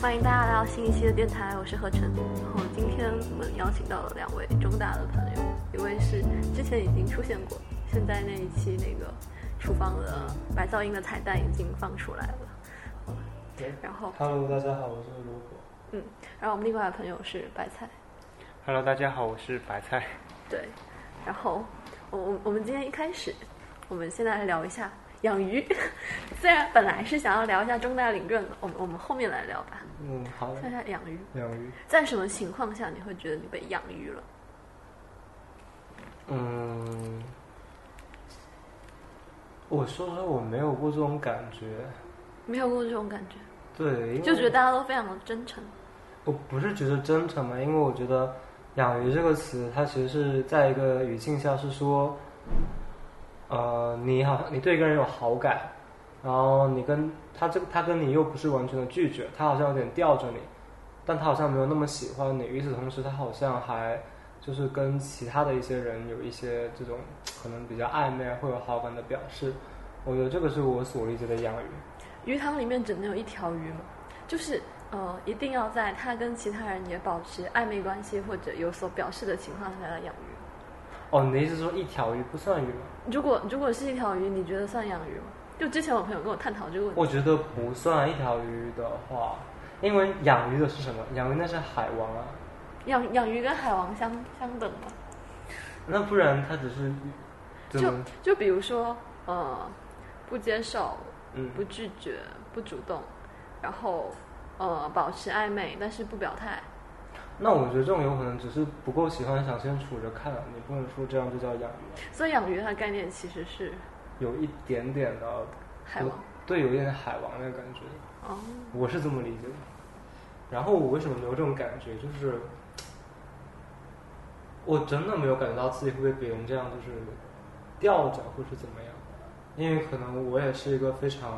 欢迎大家来到新一期的电台，我是何晨。然后今天我们邀请到了两位中大的朋友，一位是之前已经出现过，现在那一期那个厨房的白噪音的彩蛋已经放出来了。对然后， Hello，大家好，我是罗果。嗯，然后我们另外的朋友是白菜， Hello，大家好，我是白菜。对。然后，我我我们今天一开始，我们先来聊一下养鱼。虽然本来是想要聊一下中大领证，我们我们后面来聊吧。嗯，好说一下养鱼，养鱼。在什么情况下你会觉得你被养鱼了？嗯，我说实话，我没有过这种感觉。没有过这种感觉，对，因为就觉得大家都非常的真诚。我不是觉得真诚嘛，因为我觉得“养鱼”这个词，它其实是在一个语境下是说，呃，你好，你对一个人有好感，然后你跟他这他跟你又不是完全的拒绝，他好像有点吊着你，但他好像没有那么喜欢你。与此同时，他好像还就是跟其他的一些人有一些这种可能比较暧昧会有好感的表示。我觉得这个是我所理解的养鱼。鱼塘里面只能有一条鱼吗？就是呃，一定要在它跟其他人也保持暧昧关系或者有所表示的情况下来养鱼。哦，你的意思是说一条鱼不算鱼吗？如果如果是一条鱼，你觉得算养鱼吗？就之前我朋友跟我探讨这个问题，我觉得不算一条鱼的话，因为养鱼的是什么？养鱼那是海王啊，养养鱼跟海王相相等吗？那不然它只是怎就么？就比如说呃，不接受、嗯，不拒绝、不主动，然后呃保持暧昧，但是不表态。那我觉得这种有可能只是不够喜欢，想先处着看，你不能说这样就叫养鱼，所以养鱼它的概念其实是有一点点的海王。对，有一点点海王的感觉，哦，我是这么理解的。然后我为什么没有这种感觉？就是我真的没有感觉到自己会被别人这样就是吊着，或是怎么样。因为可能我也是一个非常，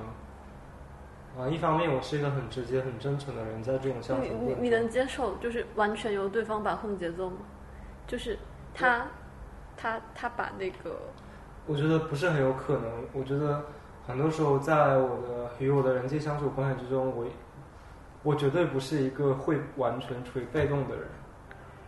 啊、一方面我是一个很直接、很真诚的人，在这种相处你过你程你中能接受就是完全由对方把控节奏吗？就是他他他把那个我觉得不是很有可能。我觉得很多时候在我的与我的人际相处关系之中，我我绝对不是一个会完全处于被动的人，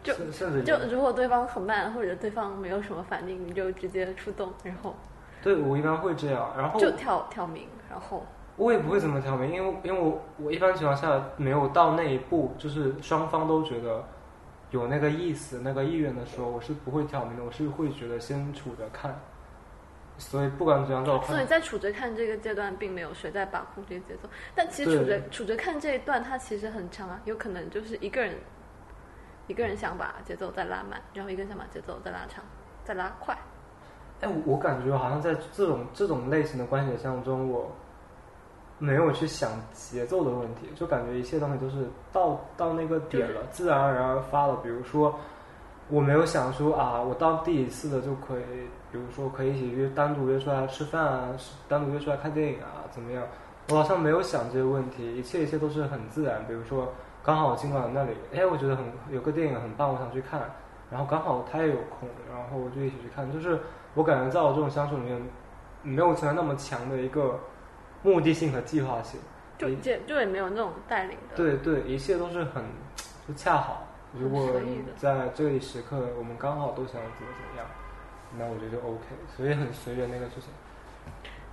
就甚甚至就有如果对方很慢或者对方没有什么反应，你就直接出动，然后对我一般会这样，然后就挑挑明，然后我也不会怎么挑明，因为因为我我一般情况下没有到那一步，就是双方都觉得有那个意思、那个意愿的时候，我是不会挑明的，我是会觉得先处着看。所以不管怎样，在我看所以在处着看这个阶段，并没有谁在把控这个节奏。但其实处着处着看这一段，它其实很长啊，有可能就是一个人一个人想把节奏再拉慢，然后一个人想把节奏再拉长，再拉快。哎，我我感觉好像在这种这种类型的关系当中，我没有去想节奏的问题，就感觉一切东西都是到到那个点了，自然而然发了。比如说，我没有想说啊，我到第几次了就可以，比如说可以一起约单独约出来吃饭啊，是单独约出来看电影啊，怎么样？我好像没有想这些问题，一切一切都是很自然。比如说，刚好我今晚那里，哎，我觉得很有个电影很棒，我想去看，然后刚好他也有空，然后我就一起去看，就是。我感觉在我这种相处里面，没有存在那么强的一个目的性和计划性。就一也就也没有那种带领的。对对，一切都是很就恰好。如果很随意的在这一时刻，我们刚好都想怎么怎么样，那我觉得就 OK。所以很随缘那个事情。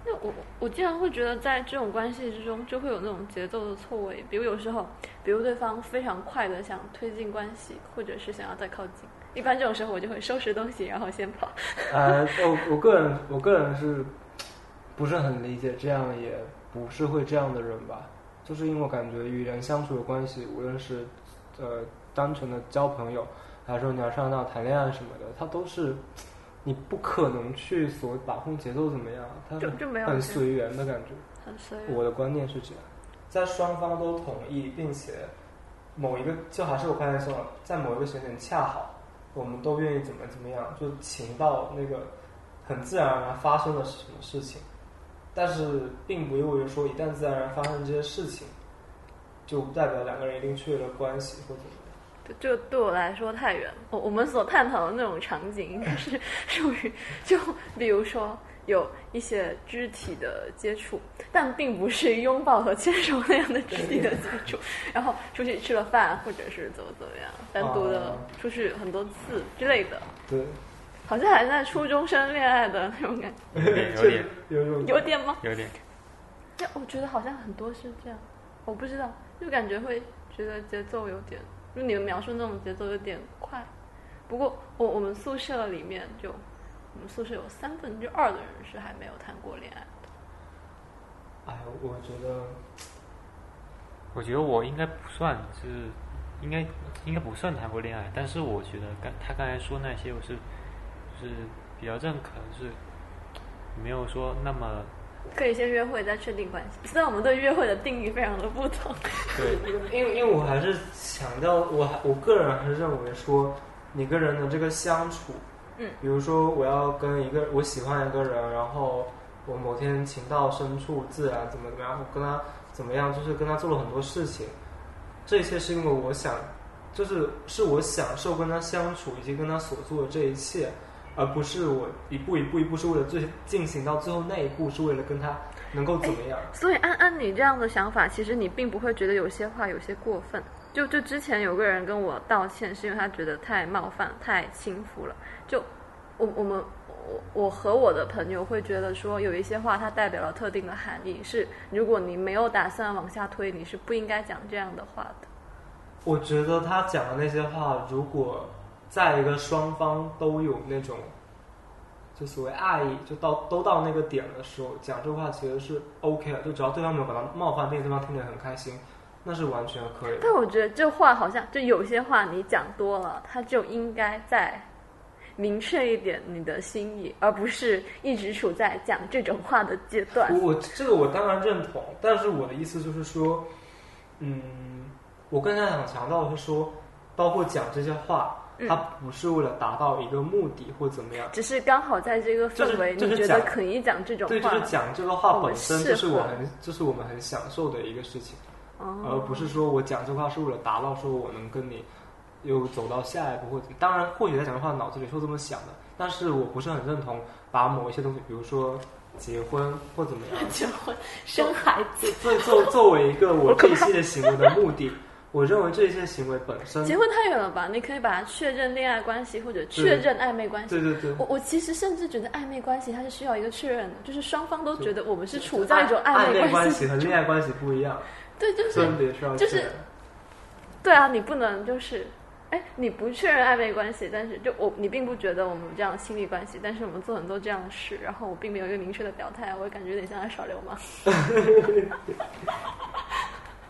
那我我经常会觉得，在这种关系之中，就会有那种节奏的错位。比如有时候，比如对方非常快的想推进关系，或者是想要再靠近，一般这种时候我就会收拾东西，然后先跑。 呃，我我个人我个人是不是很理解这样也不是会这样的人吧？就是因为我感觉与人相处的关系，无论是呃单纯的交朋友，还是说你要上到谈恋爱什么的，它都是你不可能去所谓把控节奏怎么样，它就是就没有很这随缘的感觉。很随意。我的观念是这样，在双方都同意，并且某一个就还是我刚才说的，在某一个时间点恰好，我们都愿意怎么怎么样，就情到那个很自然而然发生了什么事情，但是并不意味着说一旦自然而然发生这些事情，就代表两个人一定确立了关系或怎么样。对这个对我来说太远了。我我们所探讨的那种场景，应该是属于就比如说有一些肢体的接触，但并不是拥抱和牵手那样的肢体的接触。 然后出去吃了饭，或者是怎么怎么样，单独的哦出去很多次之类的，对，好像还在初中生恋爱的那种感觉，有点有点有种有点吗？有点，但我觉得好像很多是这样，我不知道，就感觉会觉得节奏有点，就你们描述那种节奏有点快。不过我我们宿舍里面就，我们宿舍有三分之二的人是还没有谈过恋爱的。哎，我觉得我觉得我应该不算是，应该应该不算谈过恋爱，但是我觉得刚他刚才说那些，我是就是比较认可，就是没有说那么可以先约会再确定关系。虽然我们对约会的定义非常的不同，对因为因为我还是强调，我还我个人还是认为说，你跟人的这个相处，嗯，比如说我要跟一个我喜欢一个人，然后我某天情到深处自然怎么怎么样，我跟他怎么样，就是跟他做了很多事情，这些是因为我想，就是是我享受跟他相处以及跟他所做的这一切，而不是我一步一步一步是为了最进行到最后那一步是为了跟他能够怎么样。所以按按你这样的想法，其实你并不会觉得有些话有些过分。就就之前有个人跟我道歉，是因为他觉得太冒犯、太轻浮了。就我我们我我和我的朋友会觉得说，有一些话它代表了特定的含义，是如果你没有打算往下推，你是不应该讲这样的话的。我觉得他讲的那些话，如果在一个双方都有那种，就所谓爱意，就到都到那个点的时候，讲这话其实是 OK 的，就只要对方没有把它冒犯，那个对方听得很开心，那是完全可以的。但我觉得这话好像就有些话你讲多了，他就应该再明确一点你的心意，而不是一直处在讲这种话的阶段。我我这个我当然认同，但是我的意思就是说，嗯，我更加想强调的是说，包括讲这些话，嗯他不是为了达到一个目的或怎么样，只是刚好在这个氛围，就是就是你觉得讲可以讲这种对，就话？是讲这个话我们本身适就是我合很就是我们很享受的一个事情。而哦，不是说我讲这话是为了达到说我能跟你又走到下一步或者当然或许他讲这话脑子里是这么想的，但是我不是很认同把某一些东西，比如说结婚或怎么样，结婚生孩子，作作作为一个我我可这怕一系列行为的目的，我认为这些行为本身，结婚太远了吧？你可以把它确认恋爱关系或者确认暧昧关系。对对对，我我其实甚至觉得暧昧关系它是需要一个确认的，就是双方都就觉得我们是处在一种暧暧昧关关系系和中。恋爱关系不一样，对，就是分别需要就是确认对啊，你不能就是，哎，你不确认暧昧关系，但是就我你并不觉得我们有这样的亲密关系，但是我们做很多这样的事，然后我并没有一个明确的表态，我感觉有点像在耍流氓。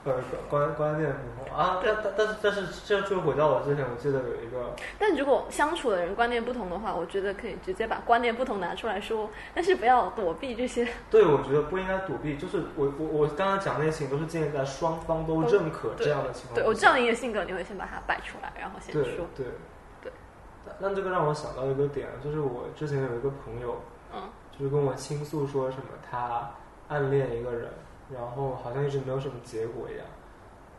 呃观观念不同啊，但但但是但是这就回到我之前，我记得有一个但如果相处的人观念不同的话，我觉得可以直接把观念不同拿出来说，但是不要躲避这些。对，我觉得不应该躲避，就是我我我刚刚讲那些情都是建立在双方都认可这样的情况哦对我知道你的性格，你会先把它摆出来，然后先对说。对对。那那这个让我想到一个点，就是我之前有一个朋友，嗯，就是跟我倾诉说什么他暗恋一个人，然后好像一直没有什么结果一样。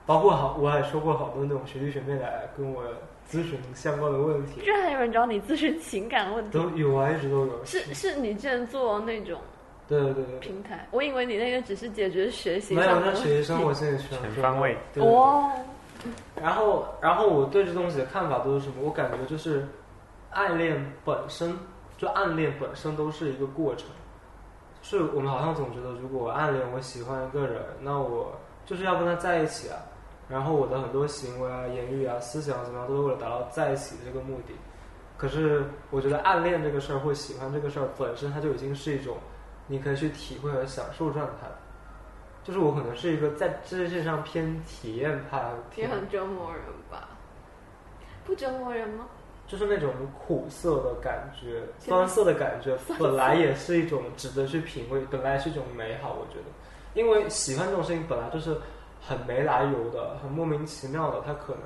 包括好，我还收过好多那种学弟学妹来跟我咨询相关的问题，居然还有人找你咨询情感问题，都有啊，一直都有。是是你之前做那种对对对对平台，我以为你那个只是解决学习对，没有上的那问学题。习 生活心理学全方位。对对对哦，然后，然后我对这东西的看法都是什么？我感觉就是，爱恋本身，就暗恋本身都是一个过程。就是我们好像总觉得，如果我暗恋我喜欢一个人，那我就是要跟他在一起啊。然后我的很多行为啊、言语啊、思想啊怎么样，都是为了达到在一起这个目的。可是我觉得暗恋这个事儿或喜欢这个事儿本身，它就已经是一种你可以去体会和享受状态了。就是我可能是一个在这件事情上偏体验派和也偏很折磨人吧？不折磨人吗？就是那种苦涩的感觉，酸涩的感觉，本来也是一种值得去品味，本来是一种美好。我觉得，因为喜欢这种事情本来就是很没来由的，很莫名其妙的，它可能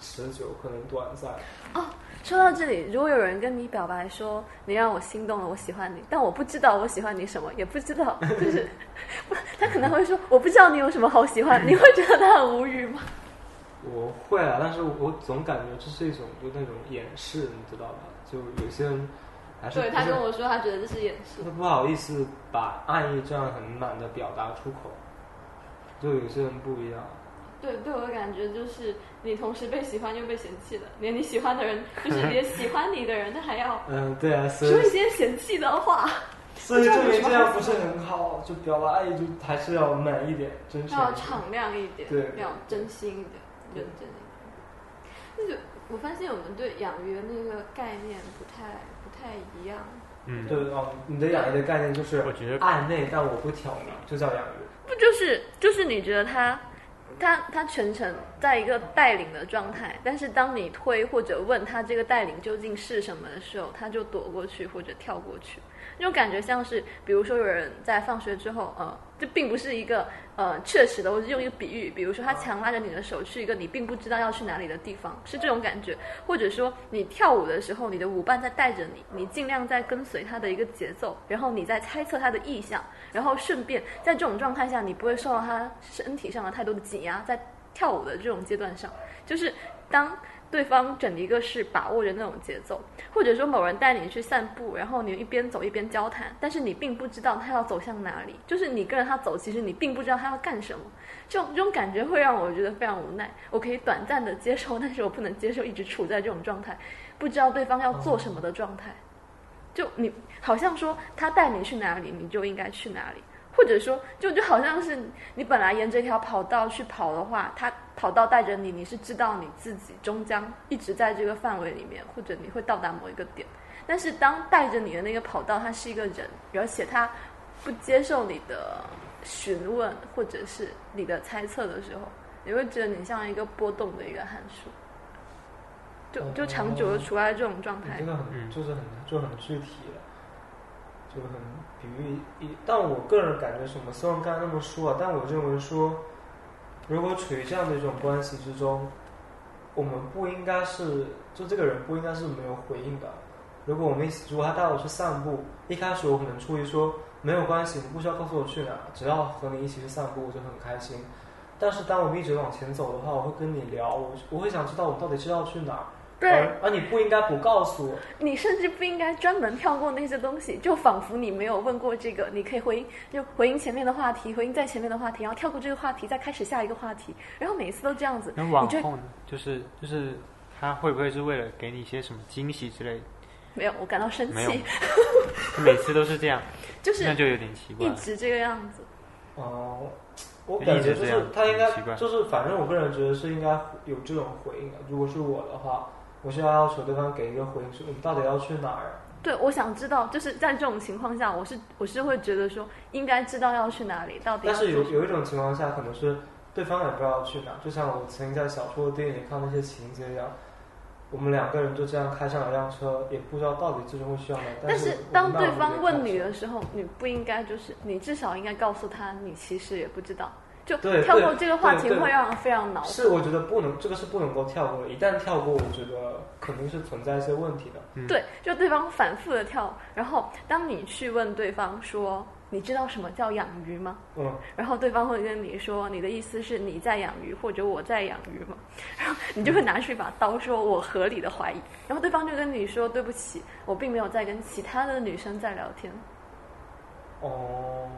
持久，可能短暂。哦，说到这里，如果有人跟你表白说你让我心动了，我喜欢你，但我不知道我喜欢你什么，也不知道，就是 不他可能会说我不知道你有什么好喜欢，你会觉得他很无语吗？我会啊，但是我总感觉这是一种就那种掩饰，你知道吧？就有些人还是 对他不是跟我说，他觉得这是掩饰他。不好意思把爱意这样很满的表达出口，就有些人不一样。对，对我的感觉就是，你同时被喜欢又被嫌弃了，连你喜欢的人，就是连喜欢你的人，他还要嗯，对啊，所说以一些嫌弃的话，所以证明这样不是很好，就表达爱意就还是要满一点，真诚一要点。敞亮一点，对要真心一点，认真一点。就是我发现我们对养鱼的那个概念不太不太一样，嗯，对哦，你的养鱼的概念就是我觉得爱内，但我不挑你，就叫养鱼。不就是就是你觉得他，他他全程在一个带领的状态，但是当你推或者问他这个带领究竟是什么的时候，他就躲过去或者跳过去，那种感觉像是，比如说有人在放学之后，呃，这并不是一个呃确实的，我是用一个比喻，比如说他强拉着你的手去一个你并不知道要去哪里的地方，是这种感觉，或者说你跳舞的时候，你的舞伴在带着你，你尽量在跟随他的一个节奏，然后你在猜测他的意向，然后顺便在这种状态下，你不会受到他身体上的太多的挤压，在跳舞的这种阶段上，就是当对方整一个是把握着那种节奏，或者说某人带你去散步，然后你一边走一边交谈，但是你并不知道他要走向哪里，就是你跟着他走，其实你并不知道他要干什么，这种这种感觉会让我觉得非常无奈。我可以短暂的接受，但是我不能接受一直处在这种状态，不知道对方要做什么的状态。就你好像说他带你去哪里，你就应该去哪里，或者说就就好像是你本来沿着一条跑道去跑的话，他跑道带着你，你是知道你自己终将一直在这个范围里面，或者你会到达某一个点。但是当带着你的那个跑道，他是一个人，而且他不接受你的询问或者是你的猜测的时候，你会觉得你像一个波动的一个函数。就就长久的处在这种状态这，个很嗯就是很就很具体了，就很比喻一。但我个人感觉什么，虽然刚才那么说啊，但我认为说，如果处于这样的一种关系之中，我们不应该是就这个人不应该是没有回应的。如果我们一起，如果他带我去散步，一开始我可能出于说没有关系，你不需要告诉我去哪，只要和你一起去散步，我就很开心。但是当我们一直往前走的话，我会跟你聊，我我会想知道我们到底是要去哪儿。对，而而哦啊你不应该不告诉我。你甚至不应该专门跳过那些东西，就仿佛你没有问过这个，你可以回应，就回应前面的话题，回应在前面的话题，然后跳过这个话题，再开始下一个话题，然后每一次都这样子，那往你就后呢？就是就是他会不会是为了给你一些什么惊喜之类的？没有，我感到生没有气，每次都是这样， 就那是就有点奇怪一了。直这个样子。哦、我一感觉直就这是样他应很奇该怪就是，反正我个人觉得是应该有这种回应的。如果是我的话，我是要要求对方给一个回应，说我们到底要去哪儿？啊对，我想知道，就是在这种情况下，我是我是会觉得说，应该知道要去哪里，到底但要是去有有一种情况下，可能是对方也不知道去哪儿，就像我曾经在小说、电影里看那些情节一样。我们两个人就这样开上了一辆车，也不知道到底最终会去到哪儿。但是是我当们对慢慢地方问开你始的时候，你不应该就是，你至少应该告诉他，你其实也不知道。就对跳对过这个话对题对会让人非常恼火。是，我觉得不能，这个是不能够跳过的。一旦跳过，我觉得肯定是存在一些问题的。嗯对，就对方反复的跳，然后当你去问对方说你知道什么叫养鱼吗？嗯，然后对方会跟你说你的意思是你在养鱼或者我在养鱼吗？ 然后你就会拿出一把刀说我合理的怀疑，然后对方就跟你说对不起，我并没有在跟其他的女生在聊天。哦，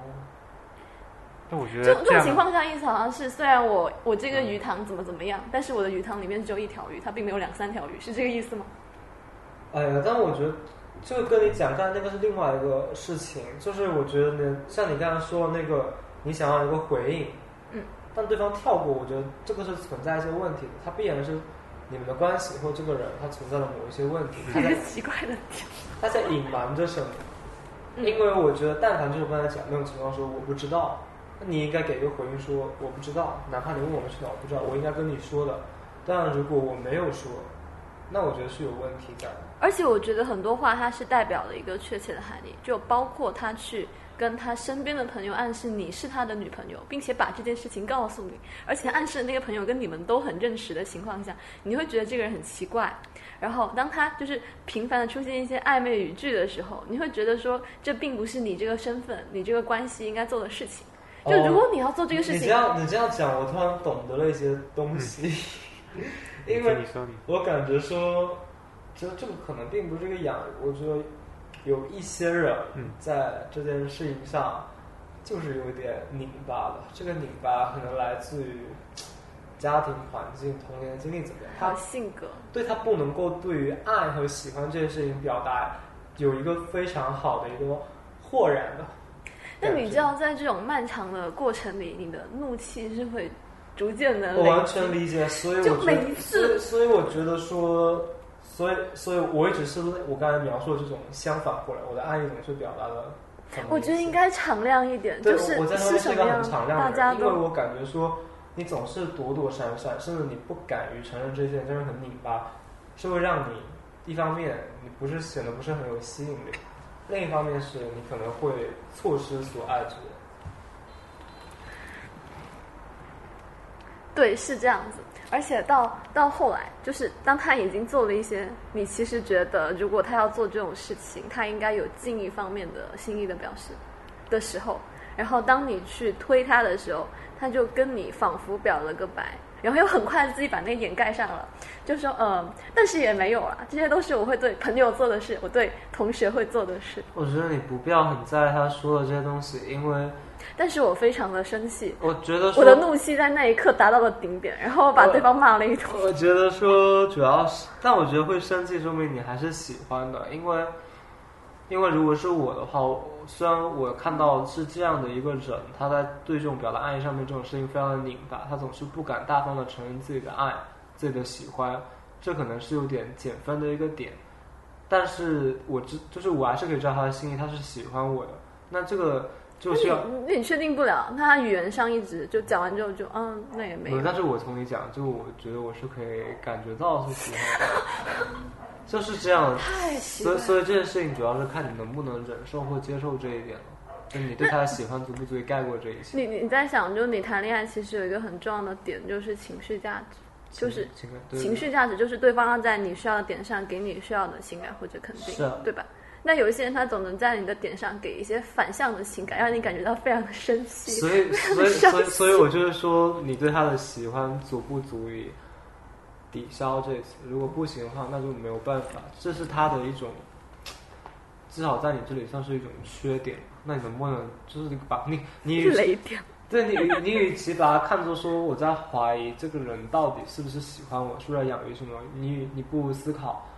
但我觉这得这这种样嗯情况下，意思好像是虽然我我这个鱼塘怎么怎么样，但是我的鱼塘里面只有一条鱼，它并没有两三条鱼，是这个意思吗？哎呀，但我觉得这个跟你讲刚才那个是另外一个事情，就是我觉得呢，像你刚才说的那个，你想要一个回应，嗯，但对方跳过，我觉得这个是存在一些问题的，它必然是你们的关系或这个人他存在了某一些问题，他 嗯这在个奇怪的点。他在隐瞒着什么。嗯因为我觉得，但凡就是我刚才讲那种情况，说我不知道，那你应该给一个回应说我不知道，哪怕你问我们去哪，我不知道，我应该跟你说的。当然，如果我没有说，那我觉得是有问题在的。而且我觉得很多话它是代表了一个确切的含义，就包括他去跟他身边的朋友暗示你是他的女朋友，并且把这件事情告诉你，而且暗示的那个朋友跟你们都很认识的情况下，你会觉得这个人很奇怪。然后当他就是频繁的出现一些暧昧语句的时候，你会觉得说这并不是你这个身份、你这个关系应该做的事情。就哦如果你要做这个事你这情，样你这样讲，我突然懂得了一些东西，因你嗯 为说你说你我感觉说，这这个可能并不是一个养，我觉得有一些人嗯在这件事情上就是有点拧巴的，这个拧巴可能来自于家庭环境、童年的经历怎么样，还他有性格，对他不能够对于爱和喜欢这件事情表达有一个非常好的一个豁然的。那啊你知，道，在这种漫长的过程里，你的怒气是会逐渐的我累完积全理解，所以就我觉每一得，所次以所以我觉得说，所以所以我一直是我刚才描述的这种相反过来，我的爱意总是表达的。我觉得应该敞亮一点，对，就是我在是是什一么个很样，敞大亮的家人，因为都我感觉说你总是躲躲闪闪，甚至你不敢于承认这些，就是很拧巴，是会让你一方面你不是显得不是很有吸引力，另一方面是你可能会错失所爱之人。对是这样子。而且到到后来，就是当他已经做了一些，你其实觉得如果他要做这种事情，他应该有尽一方面的心意的表示的时候，然后当你去推他的时候，他就跟你仿佛表了个白，然后又很快自己把那个掩盖上了，就说呃，但是也没有啦，这些都是我会对朋友做的事，我对同学会做的事，我觉得你不必要很在意他说的这些东西，因为但是我非常的生气，我觉得我的怒气在那一刻达到了顶点，然后把对方骂了一通。我觉得说主要是，但我觉得会生气，说明你还是喜欢的，因为，因为如果是我的话，我虽然我看到是这样的一个人，他在对这种表达爱意上面这种事情非常的拧巴，他总是不敢大方的承认自己的爱、自己的喜欢，这可能是有点减分的一个点。但是我知，就是我还是可以知道他的心意，他是喜欢我的，那这个 就那需你要。那你确定不了，那他语言上一直就讲完之后就嗯，那也没有嗯，。但是我从你讲，就我觉得我是可以感觉到是喜欢的， 就是这样。太奇怪所以，所以这件事情主要是看你能不能忍受或接受这一点了，就你对他的喜欢足不足以盖过这一切。你你在想，就你谈恋爱其实有一个很重要的点，就是情绪价值。就是情感情绪价值就是对方要在你需要的点上给你需要的情感或者肯定，是啊对吧？那有一些人他总能在你的点上给一些反向的情感，让你感觉到非常的生气。所以，所以， 所以，所以我就是说，你对他的喜欢足不足以抵消这次？如果不行的话，那就没有办法。这是他的一种，至少在你这里算是一种缺点。那你能不能就是把你 你与雷点，对你，你与其把它看作说我在怀疑这个人到底是不是喜欢我，是不是养于什么，你你不如思考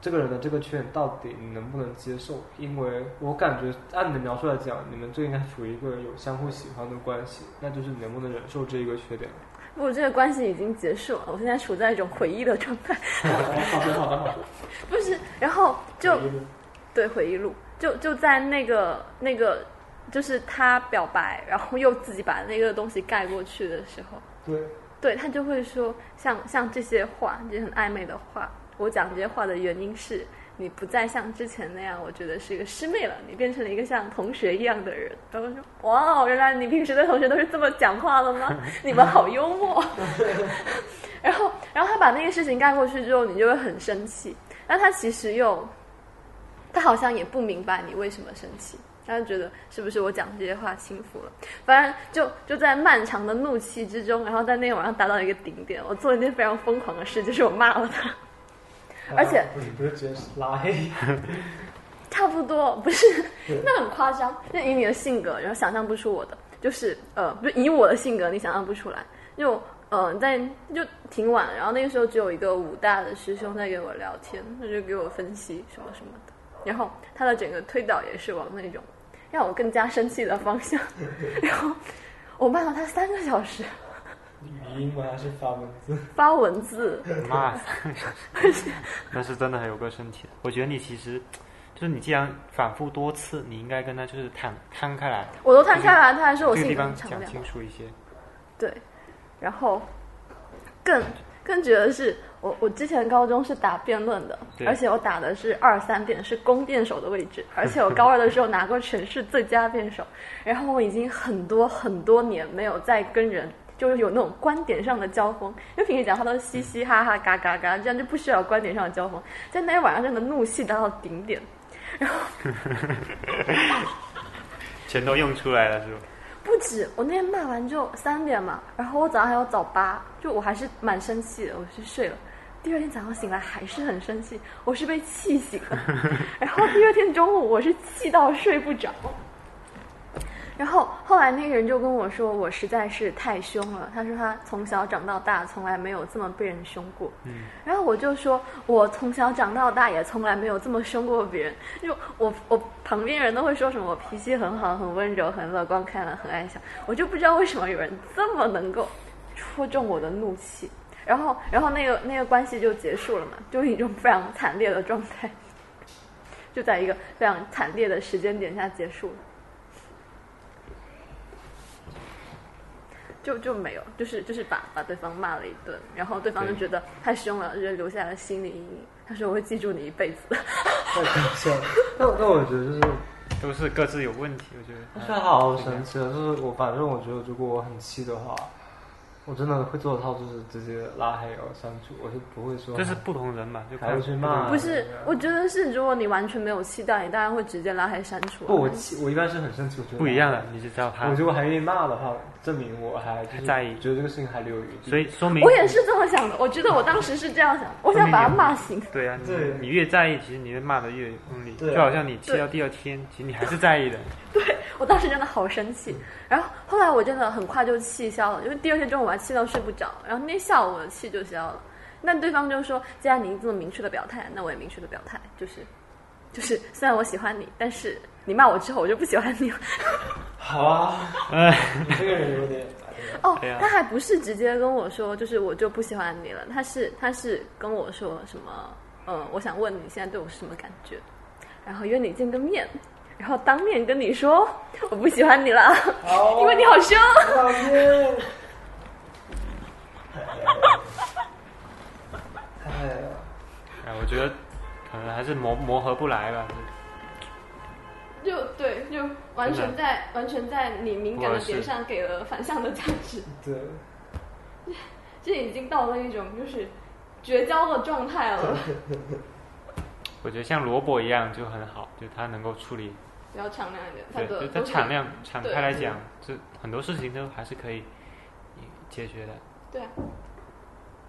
这个人的这个缺点到底你能不能接受？因为我感觉按你的描述来讲，你们就应该处于一个有相互喜欢的关系，那就是你能不能忍受这一个缺点。我这个关系已经结束了，我现在处在一种回忆的状态，好的，好的，好的，好的。不是，然后就对回忆录，就就在那个那个，就是他表白，然后又自己把那个东西盖过去的时候，对，对他就会说像像这些话，这些很暧昧的话，我讲这些话的原因是你不再像之前那样，我觉得是一个师妹了，你变成了一个像同学一样的人。然后说哇哦，原来你平时对同学都是这么讲话的吗？ 你们好幽默。 然后然后他把那个事情盖过去之后，你就会很生气。但他其实又，他好像也不明白你为什么生气。他就觉得是不是我讲这些话轻浮了？反正就就在漫长的怒气之中，然后在那天晚上达到一个顶点。我做了一件非常疯狂的事，就是我骂了他。而且不是不是直接拉黑，差不多，不是， 那很夸张。就以你的性格，然后想象不出我的，就是呃，不是以我的性格，你想象不出来。就呃，在就挺晚，然后那个时候只有一个武大的师兄在给我聊天，他就给我分析什么什么的。然后他的整个推导也是往那种让我更加生气的方向。 然后我骂了他三个小时，语音吗？还是发文字？发文字， 骂三个小时，那是真的很有个身体的。我觉得你其实，就是你既然反复多次，你应该跟他就是摊摊开来，我都摊开来，他还说我这性个地格很方敞讲亮。清楚一些。对，然后更更觉得是我我之前高中是打辩论的，对而且我打的是二三辩，是攻辩手的位置，而且我高二的时候拿过全市最佳辩手，然后我已经很多很多年没有再跟人。就是有那种观点上的交锋，因为平时讲话都是嘻嘻哈哈、嘎嘎嘎，这样就不需要观点上的交锋。在那天晚上，真的怒气达到顶点，全都用出来了是吧？不止，我那天骂完之后三点嘛，然后我早上还有早八，就我还是蛮生气的，我去睡了。第二天早上醒来还是很生气，我是被气醒的。然后第二天中午我是气到睡不着。然后后来那个人就跟我说，我实在是太凶了。他说他从小长到大从来没有这么被人凶过。嗯，然后我就说，我从小长到大也从来没有这么凶过别人。就我我旁边人都会说什么，我脾气很好，很温柔，很乐观开朗，很爱笑。我就不知道为什么有人这么能够戳中我的怒气。然后然后那个 那个关系就结束了嘛，就是一种非常惨烈的状态，就在一个非常惨烈的时间点下结束了。就就没有，就是就是把把对方骂了一顿，然后对方就对觉得太凶了，就留下了心理阴影。他说我会记住你一辈子。太搞笑了。那那我觉得就是，都是各自有问题，我觉但得。是好神奇啊！就是我反正我觉得，如果我很气的话，我真的会做得到，就是直接拉黑然后删除，我是不会说。这是不同人嘛，就还看会去骂不是，我觉得是，如果你完全没有期待，你当然会直接拉黑删除啊。不，我气，我一般是很生气，我觉得不一样的，你就知道他我，如果还愿意骂的话，证明我还就是还在意觉得这个事情还留有余地。所以说明我也是这么想的，我觉得我当时是这样想，我想把他骂醒。对啊，你对你越在意，其实你的骂的越有用力。对啊就好像你气到第二天，其实你还是在意的。我当时真的好生气，然后后来我真的很快就气消了，因为第二天中午我还气到睡不着，然后那天下午我的气就消了。那对方就说，既然你这么明确的表态，那我也明确的表态，就是就是虽然我喜欢你，但是你骂我之后我就不喜欢你了。好 啊，你这个人有点。哦，对啊他还不是直接跟我说，就是我就不喜欢你了，他是他是跟我说什么，呃，我想问你现在对我是什么感觉，然后约你见个面，然后当面跟你说我不喜欢你了，好啊哦因为你好凶。讨厌。哎呀，哎，我觉得可能还是磨磨合不来吧， 就对，就完全真的在完全在你敏感不的合适点上给了反向的价 值，对，这已经到了一种就是绝交的状态了。我觉得像萝卜一样就很好，就他能够处理，比较敞亮一点，他对，的就都他是敞亮敞对嗯开来讲，这很多事情都还是可以嗯解决的。 对啊，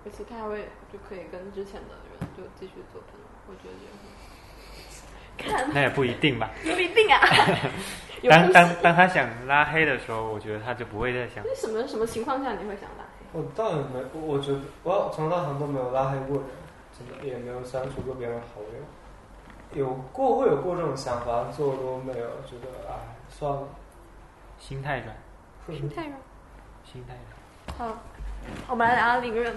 而且他还会就可以跟之前的人就继续做朋友，我觉得也很好。 看，那也不一定吧。有一 定啊！有当故事当当他想拉黑的时候，我觉得他就不会再想那什么什么情况下你会想拉黑？我倒也没，我我觉得我从到很都没有拉黑过人，真的也没有删除过别人好友，有过会有过这种想法，做都没有，觉得哎算了。心态转，心太软。心态转，好，我们来聊聊林润。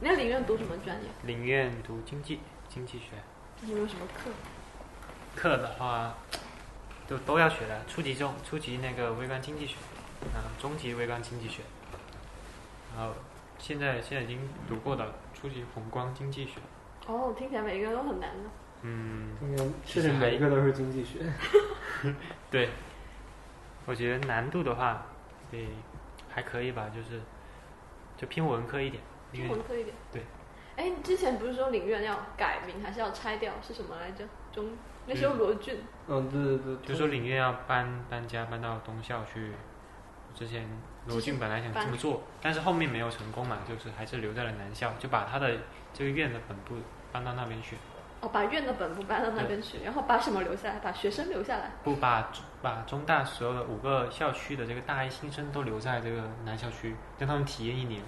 你在林润读什么专业？宁愿读经济经济学。有没有什么课？课的话，都都要学的，初级中初级那个微观经济学，嗯、中级微观经济学，然后现在现在已经读过的初级宏观经济学，哦，听起来每一个都很难的。嗯，今天确实每一个都是经济学， 对，我觉得难度的话，对，还可以吧，就是就偏文科一点，因听为文科一点。对。哎，你之前不是说林润要改名还是要拆掉？是什么来着？中那时候罗俊。嗯，对对对，就说领院要搬搬家搬到东校去。之前罗俊本来想这么做，但是后面没有成功嘛，就是还是留在了南校，就把他的这个院的本部搬到那边去，哦，把院的本部搬到那边去，然后把什么留下来？把学生留下来。不把把中大所有的五个校区的这个大一新生都留在这个南校区，让他们体验一年。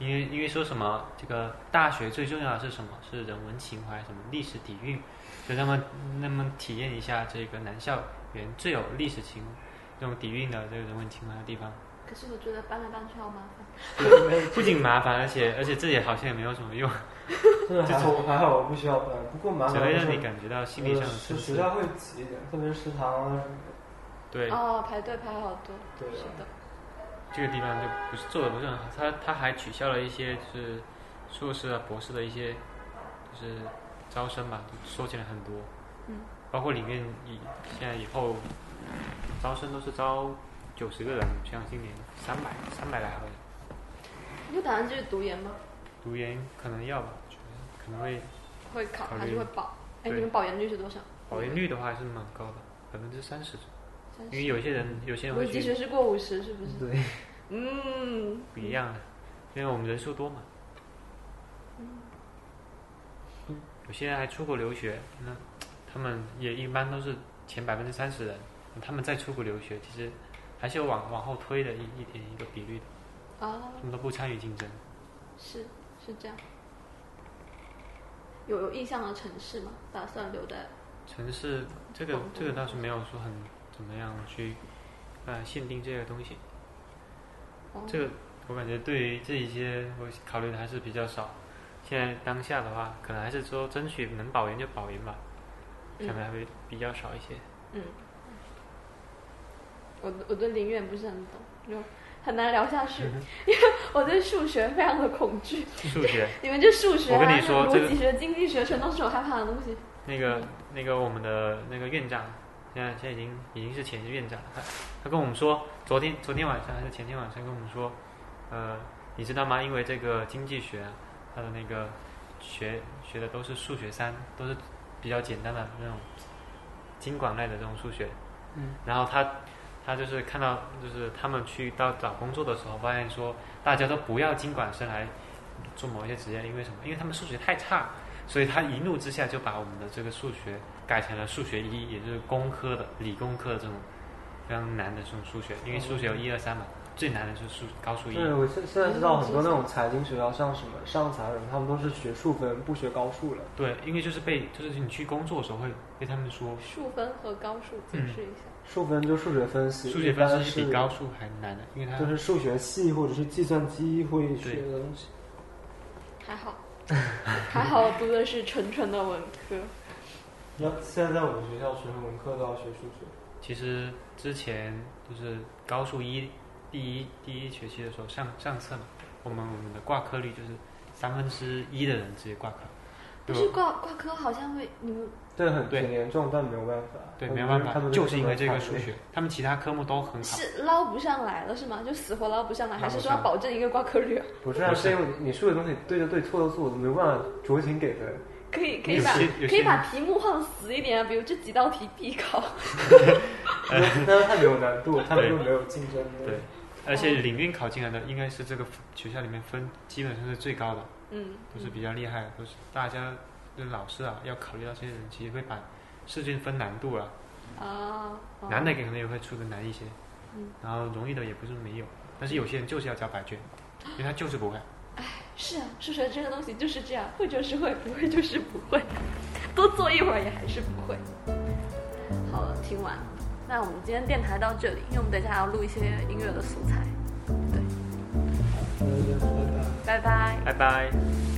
因为因为说什么，这个大学最重要的是什么？是人文情怀，什么历史底蕴，就让他们那么体验一下这个南校园最有历史情这种底蕴的这个人文情怀的地方。可是我觉得搬来搬去好麻烦。不仅麻烦，而且而且这也好像也没有什么用，就是 还好还好我不需要搬，不过蛮只好会的让你是感觉到心理上的呃舒学适学。校会挤一点，特别是食堂啊什么对，哦，排队排好多。的。对啊是，的。这个地方就不是做的不是很好，他他还取消了一些就是硕士啊、博士的一些就是招生吧，缩减了很多。嗯。包括里面以现在以后招生都是招九十个人，像今年三百三百来好像，你就打算继续读研吗？读研可能要吧，我觉得可能会会考考虑还是会保？哎，对你们保研率是多少？保研率的话还是蛮高的，百分之三十，三因为十。有些人有些人我会及去学是过五十，是不是？对，嗯，啊不一样的，因为我们人数多嘛。出有些人还出国留学，那他们也一般都是前百分之三十人，他们再出国留学，其实还是有往往后推的一一点一个比率的，哦，他们都不参与竞争。是是这样。有有印象的城市吗？打算留在城市这个这个倒是没有说很怎么样去呃限定这个东西，哦这个我感觉对于这一些我考虑的还是比较少。现在当下的话，可能还是说争取能保研就保研吧，嗯可能还会比较少一些。我我对林远不是很懂，就很难聊下去，嗯 因为我对数学非常的恐惧。数学你们这数学、啊、我跟你说什这么个逻辑学、经济学，全都是我害怕的东西。那个那个我们的那个院长，现在现在已经已经是前任院长了，他他跟我们说，昨天昨天晚上还是前天晚上跟我们说，呃，你知道吗？因为这个经济学啊，它的那个学学的都是数学三，都是比较简单的那种经管类的这种数学，嗯，然后他他就是看到就是他们去到找工作的时候，发现说大家都不要经管生来做某一些职业，因为什么？因为他们数学太差，所以他一怒之下就把我们的这个数学改成了数学一，也就是工科的理工科的这种非常难的这种数学，因为数学有一二三嘛，最难的就是数高数一。对，我现现在知道很多那种财经学校，像什么上财人，他们都是学数分，不学高数了。对，因为就是被就是你去工作的时候会被他们说数分和高数解释一嗯下。数分就数学分析，数学分析一比般高是数还难的，因为它就是数学系或者是计算机会学的东西。还好， 还好我读的是纯纯的文科。那现在在我们学校学文科都要学数学。其实之前就是高数一第一第一学期的时候上上册嘛，我们我们的挂科率就是三分之一的人直接挂科，不对是吧挂挂科好像会你们对，很对挺严重，但没有办法。对，他没们有办他法，们就是因为这么个惨数学，他们其他科目都很好，哎是捞不上来了是吗？就死活捞不上来，捞不上还是说要保证一个挂科率 啊？不是啊，不是是因为你数学东西对就对，错就错，我没有办法酌情给 分。可以可有以些把有可些以把人题目放死一点啊，比如这几道题必考。但是它没有难度，它们又没有竞争力。对，而且嗯领运考进来的应该是这个学校里面分基本上是最高的，嗯，都是比较厉害的，都是大家就是老师啊要考虑到这些人，其实会把试卷分难度啊，啊，哦难的可能也会出的难一些，嗯然后容易的也不是没有，但是有些人就是要交白卷，因为他就是不会。是啊，数学这个东西就是这样，会就是会，不会就是不会，多做一会儿也还是不会。好了，听完，那我们今天电台到这里，因为我们等一下还要录一些音乐的素材。对，嗯拜拜。拜拜。